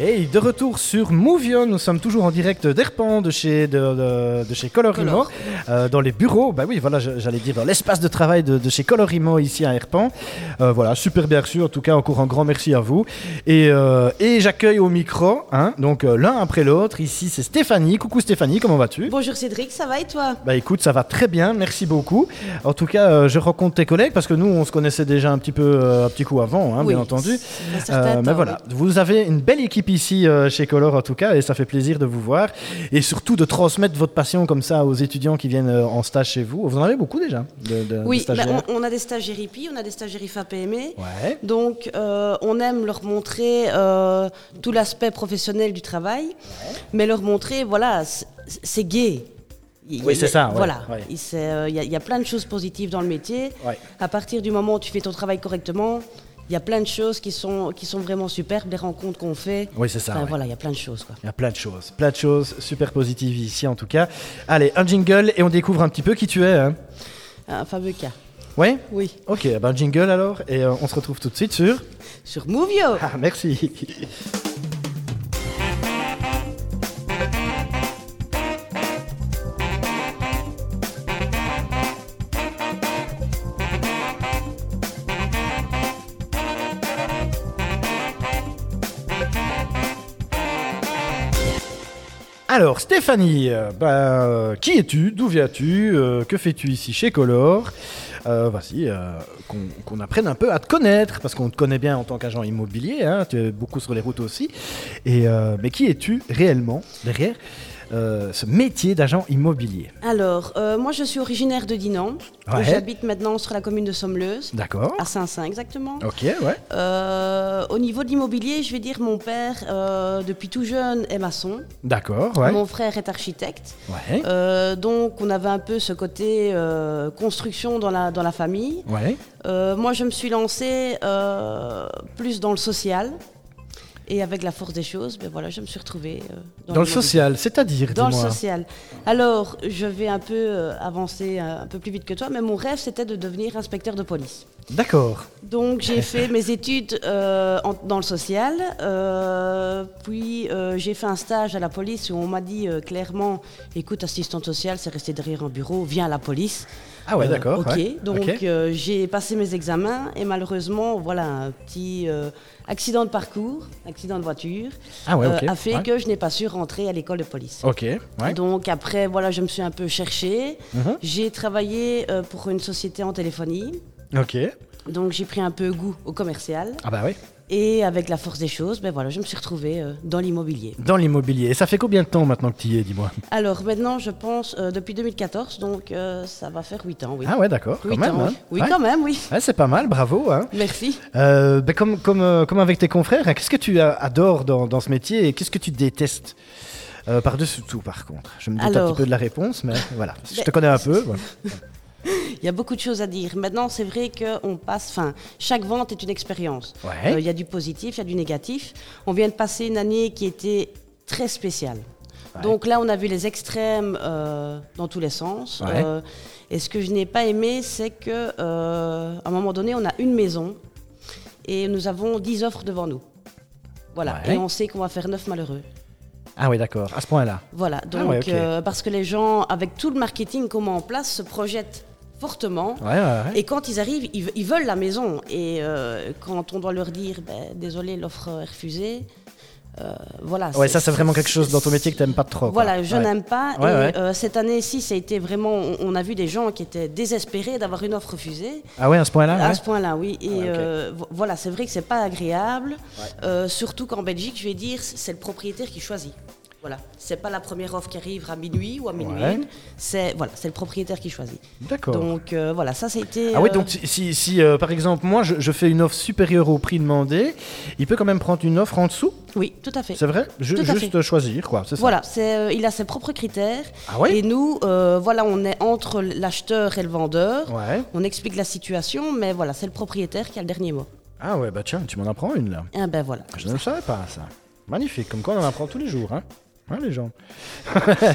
Et de retour sur Movion, nous sommes toujours en direct d'Erpan, de chez, de, de- de chez Colorimo, Color. euh, dans les bureaux, bah oui, voilà, je- j'allais dire dans l'espace de travail de, de chez Colorimo ici à Erpan. Euh, voilà, super bien reçu, en tout cas, encore un grand merci à vous. Et, euh, et j'accueille au micro, hein, donc euh, l'un après l'autre, ici c'est Stéphanie. Coucou Stéphanie, comment vas-tu Bonjour Cédric, ça va et toi bah écoute, ça va très bien, merci beaucoup. En tout cas, euh, je rencontre tes collègues parce que nous, on se connaissait déjà un petit peu, euh, un petit coup avant, hein, bien entendu. c'est un certain Euh, mais temps, voilà, vous avez une belle équipe ici euh, chez Color en tout cas, et ça fait plaisir de vous voir, et surtout de transmettre votre passion comme ça aux étudiants qui viennent euh, en stage chez vous. Vous en avez beaucoup déjà de, de- de Oui, bah, stagiaires on, on a des stagiaires IPI, on a des stagiaires IFAPME. Ouais. E. Donc, euh, on aime leur montrer euh, tout l'aspect professionnel du travail, mais leur montrer, voilà, c'est- c'est gay. Il- Oui, il- c'est ça, ouais, Voilà, ouais. Il s'est, euh, il y, a- il y a plein de choses positives dans le métier. Ouais. À partir du moment où tu fais ton travail correctement, il y a plein de choses qui sont, qui sont vraiment superbes, les rencontres qu'on fait. Oui, c'est ça, Enfin, ouais. Voilà, il y a plein de choses. Quoi. Il y a plein de choses, plein de choses super positives ici en tout cas. Allez, un jingle et on découvre un petit peu qui tu es. Hein. Un fameux cas. Ouais Oui. Ok, ben jingle alors, et euh, on se retrouve tout de suite sur... Sur Movio Ah, merci Alors Stéphanie, euh, ben, euh, qui es-tu D'où viens-tu Euh, Que fais-tu ici chez Color Euh, Vas-y, euh, qu'on qu'on apprenne un peu à te connaître, parce qu'on te connaît bien en tant qu'agent immobilier, hein, tu es beaucoup sur les routes aussi. Et, euh, mais qui es-tu réellement derrière euh, ce métier d'agent immobilier Alors, euh, moi je suis originaire de Dinan. Ouais. Oh. J'habite maintenant sur la commune de Sommeleuse, D'accord à Saint-Sain exactement. Ok, ouais. Euh, au niveau de l'immobilier, je vais dire mon père, euh, depuis tout jeune, est maçon. D'accord, ouais. Mon frère est architecte. Ouais. Euh, donc, on avait un peu ce côté euh, construction dans la, dans la famille. Ouais. Euh, moi, je me suis lancée euh, plus dans le social. Et avec la force des choses, ben voilà, je me suis retrouvée euh, Dans le l'immobilier. social, c'est-à-dire, Dans le dis-moi. social. Alors, je vais un peu euh, avancer euh, un peu plus vite que toi, mais mon rêve, c'était de devenir inspecteur de police. D'accord. Donc j'ai fait mes études euh, en- dans le social, euh, puis euh, j'ai fait un stage à la police où on m'a dit euh, clairement, écoute assistante sociale, c'est rester derrière un bureau, viens à la police. Ah ouais, Euh, d'accord. Ok, ouais. donc Ok. euh, j'ai passé mes examens et malheureusement, voilà, un petit euh, accident de parcours, accident de voiture, euh, Ah ouais, ok, a fait ouais. que je n'ai pas su rentrer à l'école de police. Ok, ouais. euh, Donc après, voilà, je me suis un peu cherchée. Mhm. J'ai travaillé euh, pour une société en téléphonie. Ok. Donc j'ai pris un peu goût au commercial Ah bah oui. et avec la force des choses, ben voilà, je me suis retrouvée euh, dans l'immobilier. Dans l'immobilier. Et ça fait combien de temps maintenant que tu y es, dis-moi Alors maintenant, je pense euh, depuis 2014, donc euh, ça va faire 8 ans, oui. Ah ouais, d'accord, quand Huit même. ans, hein. oui. Oui, Ouais. quand même, oui. Ouais, c'est pas mal, bravo. Hein. Merci. Euh, ben, comme, comme, euh, comme avec tes confrères, hein, qu'est-ce que tu a- adores dans, dans ce métier et qu'est-ce que tu détestes Euh, Par-dessus tout, par contre. Je me doute un Alors. petit peu de la réponse, mais voilà. Parce que Je Ben, te connais un peu. voilà. Il y a beaucoup de choses à dire. Maintenant, c'est vrai qu'on passe, enfin, chaque vente est une expérience. Euh, Il Ouais. y a du positif, il y a du négatif. On vient de passer une année qui était très spéciale. Donc là, on a vu les extrêmes euh, dans tous les sens. Ouais. Euh, et ce que je n'ai pas aimé, c'est que euh, à un moment donné, on a une maison et nous avons 10 offres devant nous. Voilà. Ouais. Et on sait qu'on va faire 9 malheureux. Ah oui, d'accord, à ce point-là. Voilà, Ah donc ouais, ok. euh, parce que les gens, avec tout le marketing qu'on met en place, se projettent fortement. Ouais, ouais, ouais. Et quand ils arrivent, ils, ve- ils veulent la maison. Et euh, quand on doit leur dire, Ben, désolé, l'offre est refusée, euh, voilà. Ah Ouais, ça, c'est vraiment quelque chose dans ton métier que t'aimes pas trop. quoi. Voilà, je Ouais. n'aime pas. Ouais, et ouais. euh, cette année-ci, ça a été vraiment. On, on a vu des gens qui étaient désespérés d'avoir une offre refusée. Ah ouais, à ce point-là à ouais. ce point-là, oui. Et Ouais, ok. euh, vo- voilà, c'est vrai que c'est pas agréable. Euh, surtout qu'en Belgique, je vais dire, c- c'est le propriétaire qui choisit. Voilà, c'est pas la première offre qui arrive à minuit ou à minuit. Ouais. une. C'est voilà, c'est le propriétaire qui choisit. D'accord. Donc euh, voilà, ça c'était. Ah oui, euh, donc si, si, si, euh, par exemple, moi, je, je fais une offre supérieure au prix demandé, il peut quand même prendre une offre en dessous Oui, tout à fait. C'est vrai Ju- Tout à Juste choisir, quoi, c'est ça Voilà, c'est, euh, il a ses propres critères. Ah ouais et nous, euh, voilà, on est entre l'acheteur et le vendeur. Ouais. On explique la situation, mais voilà, c'est le propriétaire qui a le dernier mot. Ah ouais, bah tiens, tu m'en apprends une, là. Et ben voilà. Je ne le savais pas, ça. Magnifique, comme quoi on en apprend tous les jours, hein Hein, les gens.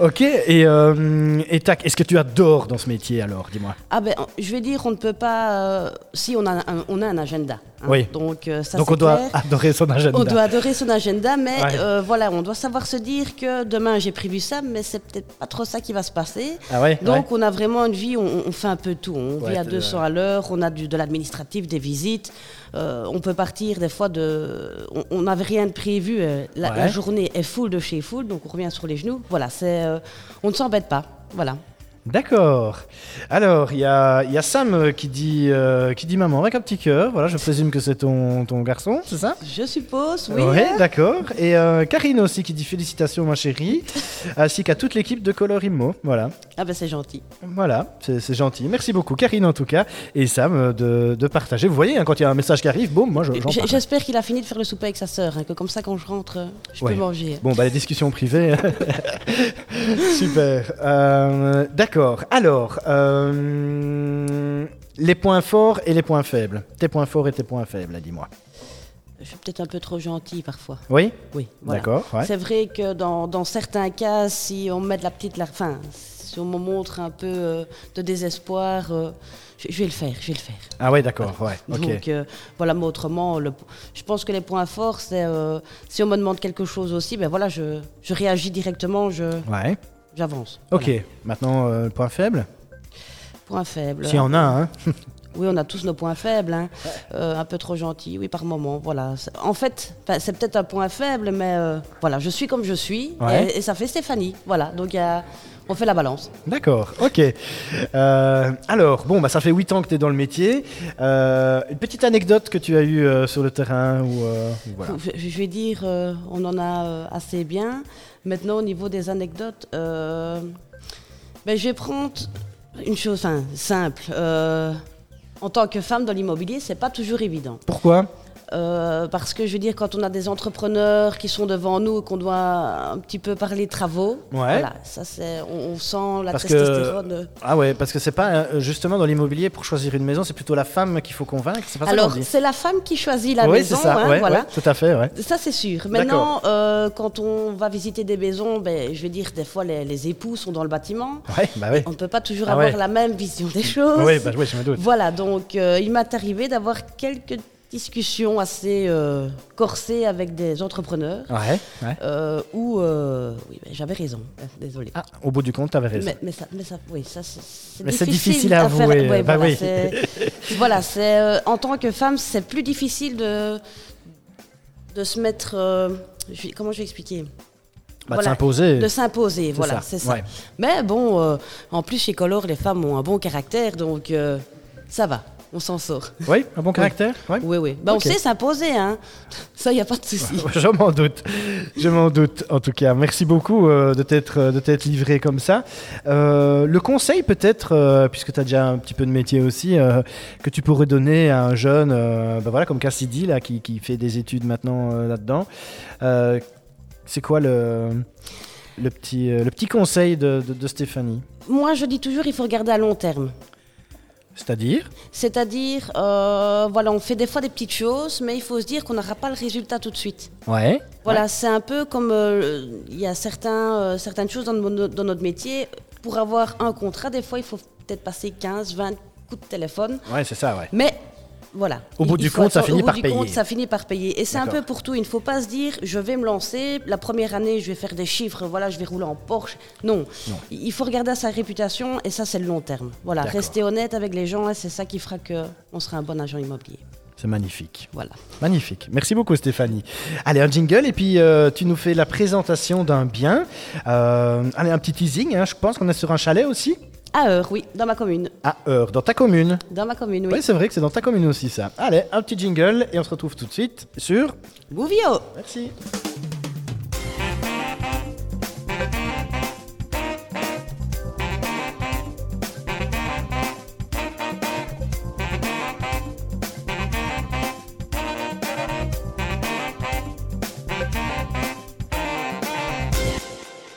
ok, et, euh, et tac, est-ce que tu adores dans ce métier alors, dis-moi Ah ben, je vais dire, on ne peut pas. euh, si on a, un, on a un agenda. hein. Oui. Donc, euh, ça, Donc c'est on doit clair. adorer son agenda. On doit adorer son agenda, mais Ouais. euh, voilà, on doit savoir se dire que demain j'ai prévu ça, mais c'est peut-être pas trop ça qui va se passer. Ah ouais, Donc on a vraiment une vie, on, on fait un peu tout. On Ouais, vit à t'es- 200 à l'heure, on a du, de l'administratif, des visites. euh, on peut partir des fois de. on- On n'avait rien de prévu. euh, La, la Ouais. journée est full de chez full, donc on revient sur les genoux. Voilà, c'est. euh, on ne s'embête pas. Voilà. D'accord. Alors, il y a, il y a Sam euh, qui dit, euh, qui dit maman avec un petit cœur. Voilà, je présume que c'est ton, ton garçon, c'est ça Je suppose, oui. Ouais, hein. d'accord. Et euh, Karine aussi qui dit félicitations ma chérie, ainsi qu'à toute l'équipe de Color Immo. Voilà, Ah ben c'est gentil. voilà, c'est c'est gentil. Merci beaucoup Karine en tout cas et Sam euh, de, de partager. Vous voyez, hein, quand il y a un message qui arrive, boum, moi je- j'en J'- parle. J'espère qu'il a fini de faire le souper avec sa sœur, hein, que comme ça quand je rentre, euh, je Ouais. peux manger. Bon, bah, les discussions privées. Super. Euh, D'accord. Alors, euh, les points forts et les points faibles. Tes points forts et tes points faibles, dis-moi. Je suis peut-être un peu trop gentille parfois. Oui Oui, voilà. D'accord. ouais. C'est vrai que dans, dans certains cas, si on met de la petite, la, enfin, si on me montre un peu euh, de désespoir, euh, je, je vais le faire, je vais le faire. Ah, ouais, d'accord. Ouais. Ok. Donc euh, voilà, mais autrement, le- je pense que les points forts, c'est euh, si on me demande quelque chose aussi, ben voilà, je, je réagis directement, je Ouais. j'avance. Ok. Voilà. Maintenant, euh, le point faible. Point faible. S'il y en a, hein. Oui, on a tous nos points faibles, hein. Euh, un peu trop gentil, oui, par moment. Voilà. C'est- En fait, enfin, c'est peut-être un point faible, mais euh, voilà, je suis comme je suis, Ouais. et, et ça fait Stéphanie. Voilà, donc il y a- on fait la balance. D'accord. Ok. Euh, alors, bon, bah, ça fait 8 ans que tu es dans le métier. Euh, une petite anecdote que tu as eue euh, sur le terrain ou. euh, ou voilà. Je, je vais dire, euh, on en a euh, assez bien. Maintenant, au niveau des anecdotes, euh, ben, je vais prendre une chose enfin, simple. Euh, en tant que femme dans l'immobilier, c'est pas toujours évident. Pourquoi Euh, parce que je veux dire, quand on a des entrepreneurs qui sont devant nous et qu'on doit un petit peu parler travaux, Ouais. voilà, ça c'est, on, on sent la Parce que- testostérone. Ah ouais, parce que c'est pas euh, justement dans l'immobilier pour choisir une maison, c'est plutôt la femme qu'il faut convaincre. C'est pas ça Alors, qu'on dit. c'est la femme qui choisit la oui, maison, c'est ça. hein, ouais, voilà. ouais, tout à fait, ouais. Ça, c'est sûr. D'accord. Maintenant, euh, quand on va visiter des maisons, ben, je veux dire, des fois, les, les époux sont dans le bâtiment. Ouais, bah oui. On ne peut pas toujours Ah avoir ouais. la même vision des choses. Oui, bah oui, je me doute. Voilà, donc euh, il m'est arrivé d'avoir quelques discussions assez euh, corsées avec des entrepreneurs. Ouais, ouais. Euh, ou euh, oui, mais j'avais raison. Euh, Désolée. Ah, au bout du compte, t'avais raison. Mais, mais ça, mais ça, oui, ça, c'est- c'est Mais c'est difficile à faire. avouer, Ouais, bah voilà, oui. c'est- voilà, c'est euh, en tant que femme, c'est plus difficile de de se mettre. euh, je vais- comment je vais expliquer Bah, voilà. t'imposer. De s'imposer, voilà, ça, c'est ça. ouais. Mais bon, euh, en plus chez Color, les femmes ont un bon caractère, donc euh, ça va, on s'en sort. Oui, un bon caractère ouais. Oui, oui. Bah, Ok. On sait s'imposer, hein. Ça, il n'y a pas de souci. Je m'en doute, je m'en doute en tout cas. Merci beaucoup euh, de t'être euh, de t'être livré comme ça. Euh, le conseil peut-être, euh, puisque tu as déjà un petit peu de métier aussi, euh, que tu pourrais donner à un jeune, euh, bah voilà, comme Cassidy là, qui, qui fait des études maintenant euh, là-dedans. Euh, C'est quoi le, le, petit, euh, le petit conseil de, de- de Stéphanie Moi, je dis toujours, il faut regarder à long terme. C'est-à-dire C'est-à-dire, euh, voilà, on fait des fois des petites choses, mais il faut se dire qu'on n'aura pas le résultat tout de suite. Ouais. Voilà, c'est un peu comme euh, il y a certains, euh, certaines choses dans, mon- dans notre métier. Pour avoir un contrat, des fois, il faut peut-être passer 15, 20 coups de téléphone. Ouais, c'est ça, ouais. Mais voilà. Au Il- bout il du faut compte, ça attendre- finit au bout par du payer. compte, ça finit par payer. Et c'est un D'accord. peu pour tout. Il ne faut pas se dire, je vais me lancer. La première année, je vais faire des chiffres. Voilà, je vais rouler en Porsche. Non. Il il faut regarder à sa réputation et ça, c'est le long terme. Voilà, D'accord. rester honnête avec les gens, et c'est ça qui fera que on sera un bon agent immobilier. C'est magnifique. Voilà. Magnifique. Merci beaucoup Stéphanie. Allez, un jingle et puis euh, tu nous fais la présentation d'un bien. Euh, allez, un petit teasing. hein, je pense qu'on est sur un chalet aussi À Heure, oui, dans ma commune. à Heure, dans ta commune. Dans ma commune, oui. Oui, c'est vrai que c'est dans ta commune aussi ça. Allez, un petit jingle et on se retrouve tout de suite sur... Bouvio Merci.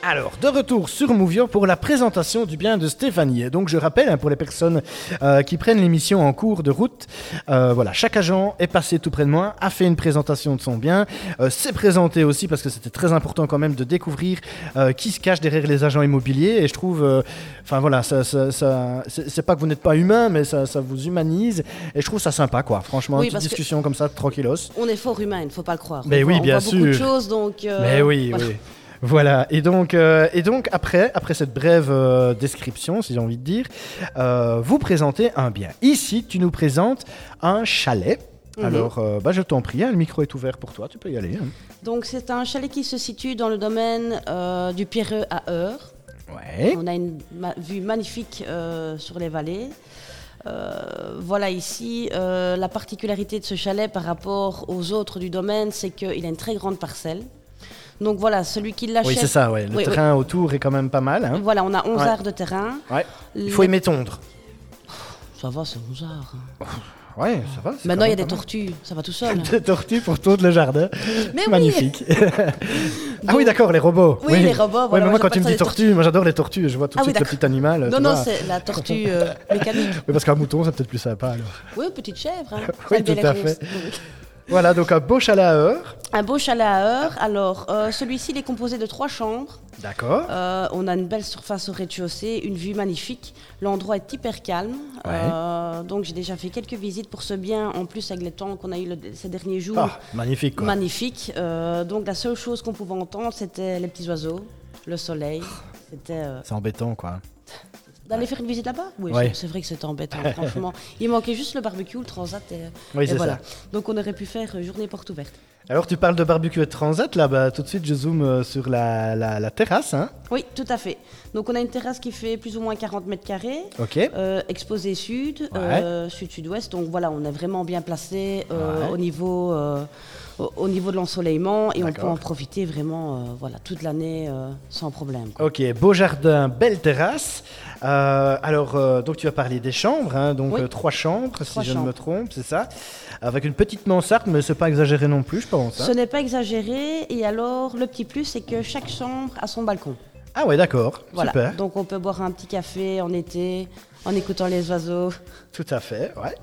Alors, de retour sur Mouvio pour la présentation du bien de Stéphanie. Et donc, je rappelle, hein, pour les personnes euh, qui prennent l'émission en cours de route, euh, voilà, chaque agent est passé tout près de moi, a fait une présentation de son bien, euh, s'est présenté aussi parce que c'était très important quand même de découvrir euh, qui se cache derrière les agents immobiliers. Et je trouve, euh, enfin voilà, ça, ça- ça- c'est c'est pas que vous n'êtes pas humain, mais ça, ça vous humanise. Et je trouve ça sympa, quoi. Franchement, Oui, une petite parce que- discussion comme ça, tranquillos. On est fort humain, il ne faut pas le croire. Mais on oui, voit, on bien voit beaucoup de sûr. choses, donc. euh, Mais oui, voilà. oui. Voilà, et donc, euh, et donc après, après cette brève euh, description, si j'ai envie de dire, euh, vous présentez un bien. Ici, tu nous présentes un chalet. Mhm. Alors, euh, bah, je t'en prie, hein, le micro est ouvert pour toi, tu peux y aller. hein. Donc, c'est un chalet qui se situe dans le domaine euh, du Pierreux à Heure. Ouais. On a une ma- vue magnifique euh, sur les vallées. Euh, voilà ici, euh, la particularité de ce chalet par rapport aux autres du domaine, c'est qu'il a une très grande parcelle. Donc voilà, celui qui l'achète. Oui, c'est ça, ouais. Le Oui, oui. terrain autour est quand même pas mal. hein. Voilà, on a 11 Ouais. arts de terrain. Ouais. Il faut Les- aimer tondre. Ça va, c'est 11 arts. Ouais, ça va. c'est quand Maintenant, il y même a des pas mal. tortues, ça va tout seul. Des tortues pour tondre le jardin. Mais oui. Magnifique. ah oui, d'accord, les robots. Oui, les robots, Ouais, voilà, mais moi, moi, quand j'appelle tu me ça dis des tortue, moi j'adore les tortues. Je vois tout de Ah oui, suite le d'accord. petit animal. non, tu non, vois. c'est la tortue euh, mécanique. Oui, parce qu'un mouton, c'est peut-être plus sympa alors. Oui, petite chèvre. hein. Oui, Ça, tout elle est à ronde. fait. Voilà, donc un beau chalet à heure. Un beau chalet à heure. Alors, euh, celui-ci, il est composé de trois chambres. D'accord. Euh, on a une belle surface au rez-de-chaussée, une vue magnifique. L'endroit est hyper calme. Ouais. Euh, donc j'ai déjà fait quelques visites pour ce bien, en plus avec les temps qu'on a eu le- ces derniers jours. Ah, magnifique quoi. Magnifique. Euh, donc la seule chose qu'on pouvait entendre, c'était les petits oiseaux, le soleil. Oh. C'était euh, C'est embêtant quoi. d'aller faire une visite là-bas. Oui, Ouais. c'est- c'est vrai que c'était embêtant, franchement. Il manquait juste le barbecue, le transat. Et, Oui, et c'est voilà. ça. Donc on aurait pu faire euh, journée porte ouverte. Alors tu parles de barbecue et de transat là, bah tout de suite je zoome euh, sur la, la, la terrasse. Hein. Oui, tout à fait. Donc on a une terrasse qui fait plus ou moins 40 mètres carrés. Ok. Euh, exposé sud, euh, sud-sud-ouest. Donc voilà, on est vraiment bien placé euh, Ouais. au niveau euh, au au niveau de l'ensoleillement et on peut D'accord. en profiter vraiment euh, voilà toute l'année euh, sans problème. quoi. Ok, beau jardin, belle terrasse. Euh, alors, euh, donc tu as parlé des chambres, hein, donc Oui. euh, trois chambres, Trois si je ne chambres. me trompe, c'est ça. Avec une petite mansarde, mais c'est pas exagéré non plus, je pense. hein. Ce n'est pas exagéré et alors le petit plus c'est que chaque chambre a son balcon. Ah ouais, d'accord, Voilà. super. Donc on peut boire un petit café en été en écoutant les oiseaux. Tout à fait, ouais.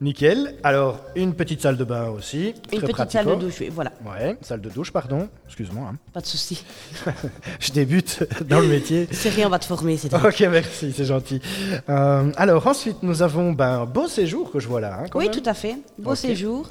Nickel. Alors, une petite salle de bain aussi. Une très petite pratico. salle de douche, oui, voilà, Ouais, salle de douche, pardon. Excuse-moi, hein. pas de souci. je débute dans le métier. C'est rien, on va te former, c'est Ok, merci, c'est gentil. Euh, alors ensuite, nous avons ben, un beau séjour que je vois là. hein, quand Oui, même. tout à fait. Beau Ok. séjour,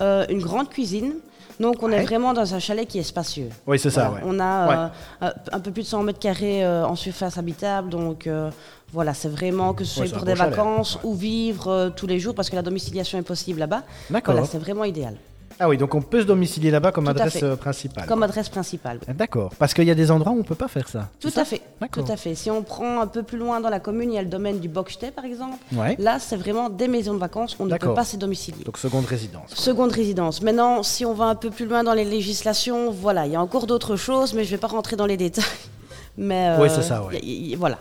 euh, une grande cuisine. Donc, on Ouais. est vraiment dans un chalet qui est spacieux. Oui, c'est ça, Voilà. ouais. On a euh, un peu plus de 100 mètres carrés euh, en surface habitable. Donc, euh, voilà, c'est vraiment que ce soit Ouais, c'est pour un des beau chalet, vacances ouais. ou vivre euh, tous les jours, parce que la domiciliation est possible là-bas. D'accord. Voilà, c'est vraiment idéal Ah oui, donc on peut se domicilier là-bas comme Tout à adresse fait. euh, principale. comme adresse principale. oui. D'accord, parce qu'il y a des endroits où on peut pas faire ça. Tout c'est à ça fait. Tout D'accord. à fait. Si on prend un peu plus loin dans la commune, il y a le domaine du Bocjeté, par exemple. Ouais. Là, c'est vraiment des maisons de vacances. On ne peut D'accord. pas se domicilier. Donc seconde résidence. Seconde résidence. Maintenant, si on va un peu plus loin dans les législations, voilà, il y a encore d'autres choses, mais je ne vais pas rentrer dans les détails. Mais Ouais, c'est ça, ouais. y a- y- y- voilà.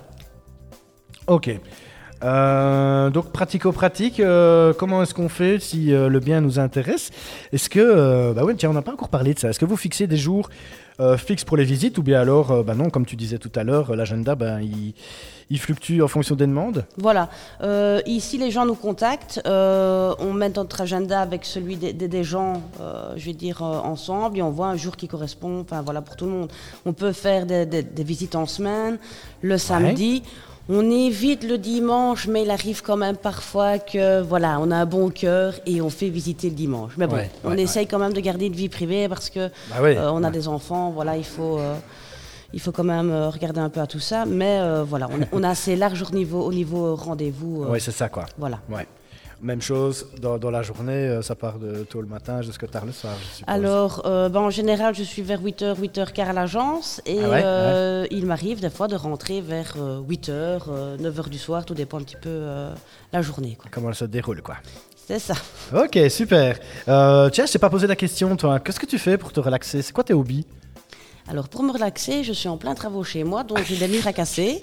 Ok. Euh, donc pratico-pratique, euh, comment est-ce qu'on fait si euh, le bien nous intéresse Est-ce que, euh, bah oui, tiens, on n'a pas encore parlé de ça. Est-ce que vous fixez des jours euh, fixes pour les visites ou bien alors, euh, bah non, comme tu disais tout à l'heure, euh, l'agenda, ben il, il fluctue en fonction des demandes Voilà. Euh, ici, les gens nous contactent. euh, on met notre agenda avec celui des, des- des gens, euh, je vais dire, euh, ensemble, et on voit un jour qui correspond. Enfin, voilà, pour tout le monde. On peut faire des, des- des visites en semaine, le samedi. On évite le dimanche, mais il arrive quand même parfois que, voilà, on a un bon cœur et on fait visiter le dimanche. Mais bon, Ouais, on ouais, essaye quand même de garder une vie privée parce que Bah ouais, euh, on a ouais. des enfants. Voilà, il faut. euh, il faut quand même euh, regarder un peu à tout ça, mais euh, voilà, on, on a assez large au niveau, au niveau euh, rendez-vous. euh, Ouais, c'est ça quoi. Voilà. Ouais. Même chose, dans, dans la journée, euh, ça part de tôt le matin jusqu'à tard le soir, je suppose. Alors, euh, ben, en général, je suis vers 8h, 8h15 à l'agence et Ah ouais, euh, il m'arrive des fois de rentrer vers euh, 8h, 9h du soir, tout dépend un petit peu euh, la journée. quoi. Comment elle se déroule quoi C'est ça. Ok, super. Euh, tiens, je t'ai pas posé la question toi. Qu'est-ce que tu fais pour te relaxer C'est quoi tes hobbies Alors pour me relaxer, je suis en plein travaux chez moi, donc j'ai des murs à casser,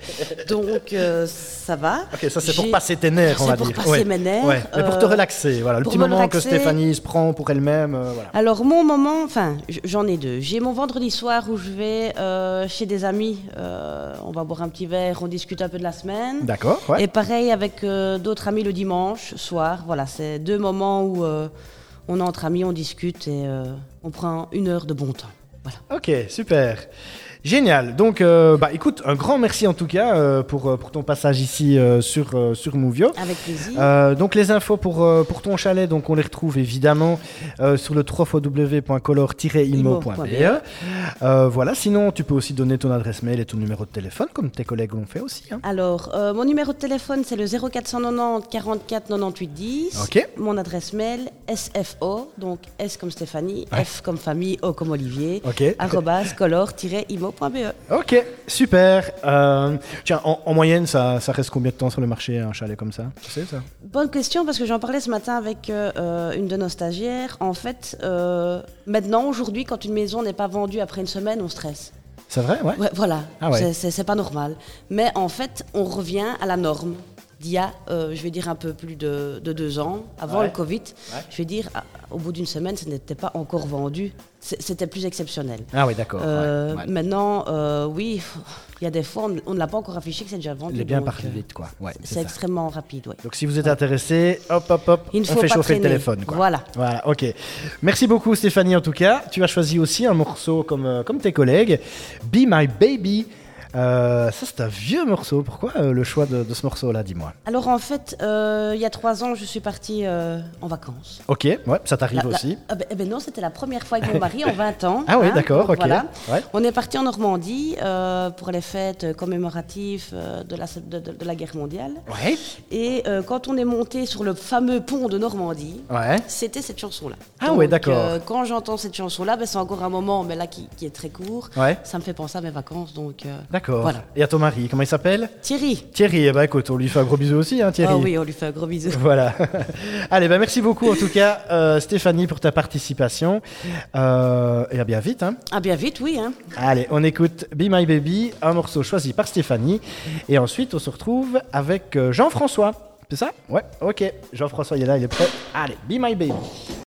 donc euh, ça va. Ok, ça c'est pour J'ai- passer tes nerfs, on C'est va pour dire. passer Ouais. mes nerfs, Ouais. Mais pour te euh, relaxer, voilà, le pour petit me moment que relaxer. Stéphanie se prend pour elle-même, euh, voilà. Alors mon moment, enfin j- j'en ai deux. J'ai mon vendredi soir où je vais euh, chez des amis, euh, on va boire un petit verre, on discute un peu de la semaine. D'accord, ouais. Mm. Et pareil avec euh, d'autres amis le dimanche soir. Voilà, c'est deux moments où euh, on est entre amis, on discute et euh, on prend une heure de bon temps. Voilà. Ok, super. Génial. Donc, euh, bah, écoute, un grand merci en tout cas euh, pour, euh, pour ton passage ici euh, sur, euh, sur Mouvio. Avec plaisir. Euh, donc les infos pour, euh, pour ton chalet, donc on les retrouve évidemment euh, sur le www.color-imo.be. E. E. Euh, voilà, sinon tu peux aussi donner ton adresse mail et ton numéro de téléphone comme tes collègues l'ont fait aussi. hein. Alors, euh, mon numéro de téléphone, c'est le 0490 44 98 10. Ok. Mon adresse mail, SFO, donc S comme Stéphanie, Ouais. F comme famille, O comme Olivier, Ok. arrobas color-imo.be. Ok, super. Euh, tiens, en, en moyenne, ça, ça reste combien de temps sur le marché un chalet comme ça Tu sais ça Bonne question, parce que j'en parlais ce matin avec euh, euh, une de nos stagiaires. En fait, euh, maintenant, aujourd'hui, quand une maison n'est pas vendue après une semaine, on stresse. C'est vrai, ouais. Ouais, voilà, Ah ouais. C'est- c'est c'est pas normal. Mais en fait, on revient à la norme d'il y a, euh, je vais dire, un peu plus de, de deux ans, avant Ouais. le Covid. Ouais. Je vais dire, à- au bout d'une semaine, ce n'était pas encore vendu. C'est- C'était plus exceptionnel. Ah oui, d'accord. ouais, Euh, ouais. Maintenant, euh, oui, il y a des fois, on- on ne l'a pas encore affiché que c'est déjà vendu. Il est bien donc, parti euh, vite, quoi. Ouais, c'est C'est ça. extrêmement rapide, oui. Donc si vous êtes intéressé, hop, hop, hop, Il on ne faut fait pas chauffer le traîner. téléphone. Quoi. Voilà. Voilà, ok. Merci beaucoup Stéphanie en tout cas. Tu as choisi aussi un morceau comme, euh, comme tes collègues, Be My Baby. Euh, ça c'est un vieux morceau. Pourquoi euh, le choix de, de ce morceau-là, dis-moi Alors en fait, euh, il y a trois ans, je suis partie euh, en vacances. Ok, ouais, ça t'arrive La- la- aussi. Ah ben- eh ben non, c'était la première fois avec mon mari en 20 ans. Ah oui, d'accord, donc ok, voilà. ouais. On est parti en Normandie euh, pour les fêtes commémoratives euh, de la, de, de- de la guerre mondiale. Ouais, Et euh, quand on est monté sur le fameux pont de Normandie, ouais. c'était cette chanson-là. Ah Donc, ouais, d'accord. euh, quand j'entends cette chanson-là, ben, c'est encore un moment, mais là qui, qui est très court. Ouais. Ça me fait penser à mes vacances, donc. euh, D'accord. Voilà. Et à ton mari, comment il s'appelle Thierry. Thierry. Eh ben écoute, on lui fait un gros bisou aussi, hein, Thierry. Ah oui, on lui fait un gros bisou. Voilà. Allez, bah merci beaucoup en tout cas, euh, Stéphanie, pour ta participation. Euh, et à bien vite. Hein. Ah bien vite, oui. Hein. Allez, on écoute Be My Baby, un morceau choisi par Stéphanie. Et ensuite, on se retrouve avec euh, Jean-François. C'est ça Ouais, ok. Jean-François, il est là, il est prêt. Allez, Be My Baby.